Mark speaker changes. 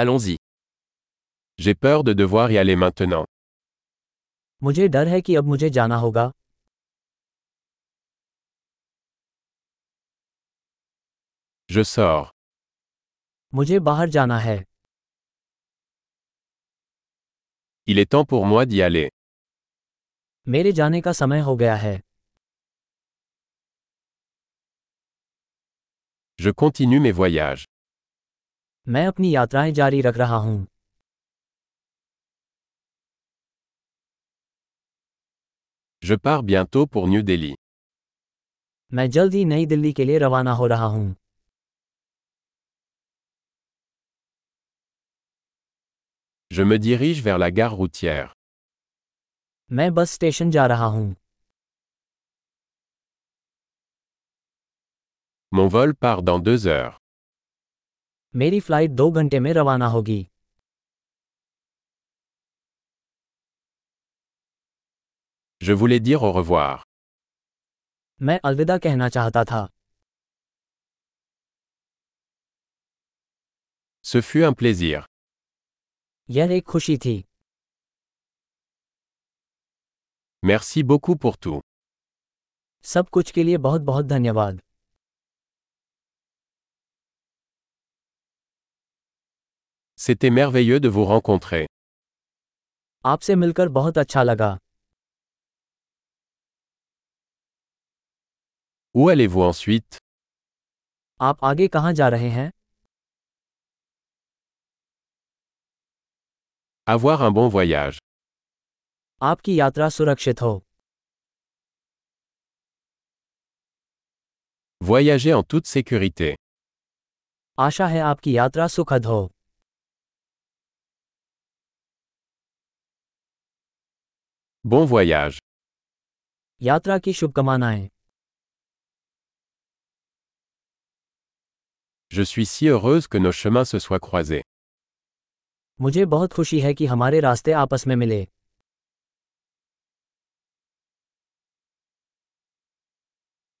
Speaker 1: Allons-y. J'ai peur de devoir y aller maintenant.
Speaker 2: मुझे डर है कि अब मुझे जाना होगा
Speaker 1: Je sors.
Speaker 2: मुझे बाहर जाना है
Speaker 1: Il est temps pour moi d'y aller.
Speaker 2: मेरे जाने का समय हो गया है
Speaker 1: Je continue mes voyages.
Speaker 2: मैं अपनी यात्राएं जारी रख रहा हूँ
Speaker 1: Je pars bientôt pour New Delhi.
Speaker 2: मैं जल्द ही नई दिल्ली के लिए रवाना हो रहा हूँ
Speaker 1: Je me dirige vers la gare routière.
Speaker 2: मैं बस स्टेशन जा रहा हूँ
Speaker 1: Mon vol part dans deux heures.
Speaker 2: मेरी फ्लाइट दो घंटे में रवाना होगी
Speaker 1: Je voulais dire au revoir.
Speaker 2: मैं अलविदा कहना चाहता था
Speaker 1: Ce fut un plaisir.
Speaker 2: यह एक खुशी थी
Speaker 1: Merci beaucoup pour tout.
Speaker 2: सब कुछ के लिए बहुत बहुत धन्यवाद
Speaker 1: C'était merveilleux de vous rencontrer.
Speaker 2: आपसे मिलकर बहुत अच्छा लगा
Speaker 1: Où allez-vous ensuite
Speaker 2: आप आगे कहाँ जा रहे हैं
Speaker 1: Avoir un bon voyage.
Speaker 2: आपकी यात्रा सुरक्षित हो
Speaker 1: Voyager en toute sécurité.
Speaker 2: आशा है आपकी यात्रा सुखद हो
Speaker 1: Bon voyage.
Speaker 2: यात्रा की शुभकामनाएं
Speaker 1: Je suis si heureuse que nos chemins se soient croisés.
Speaker 2: मुझे बहुत खुशी है कि हमारे रास्ते आपस में मिले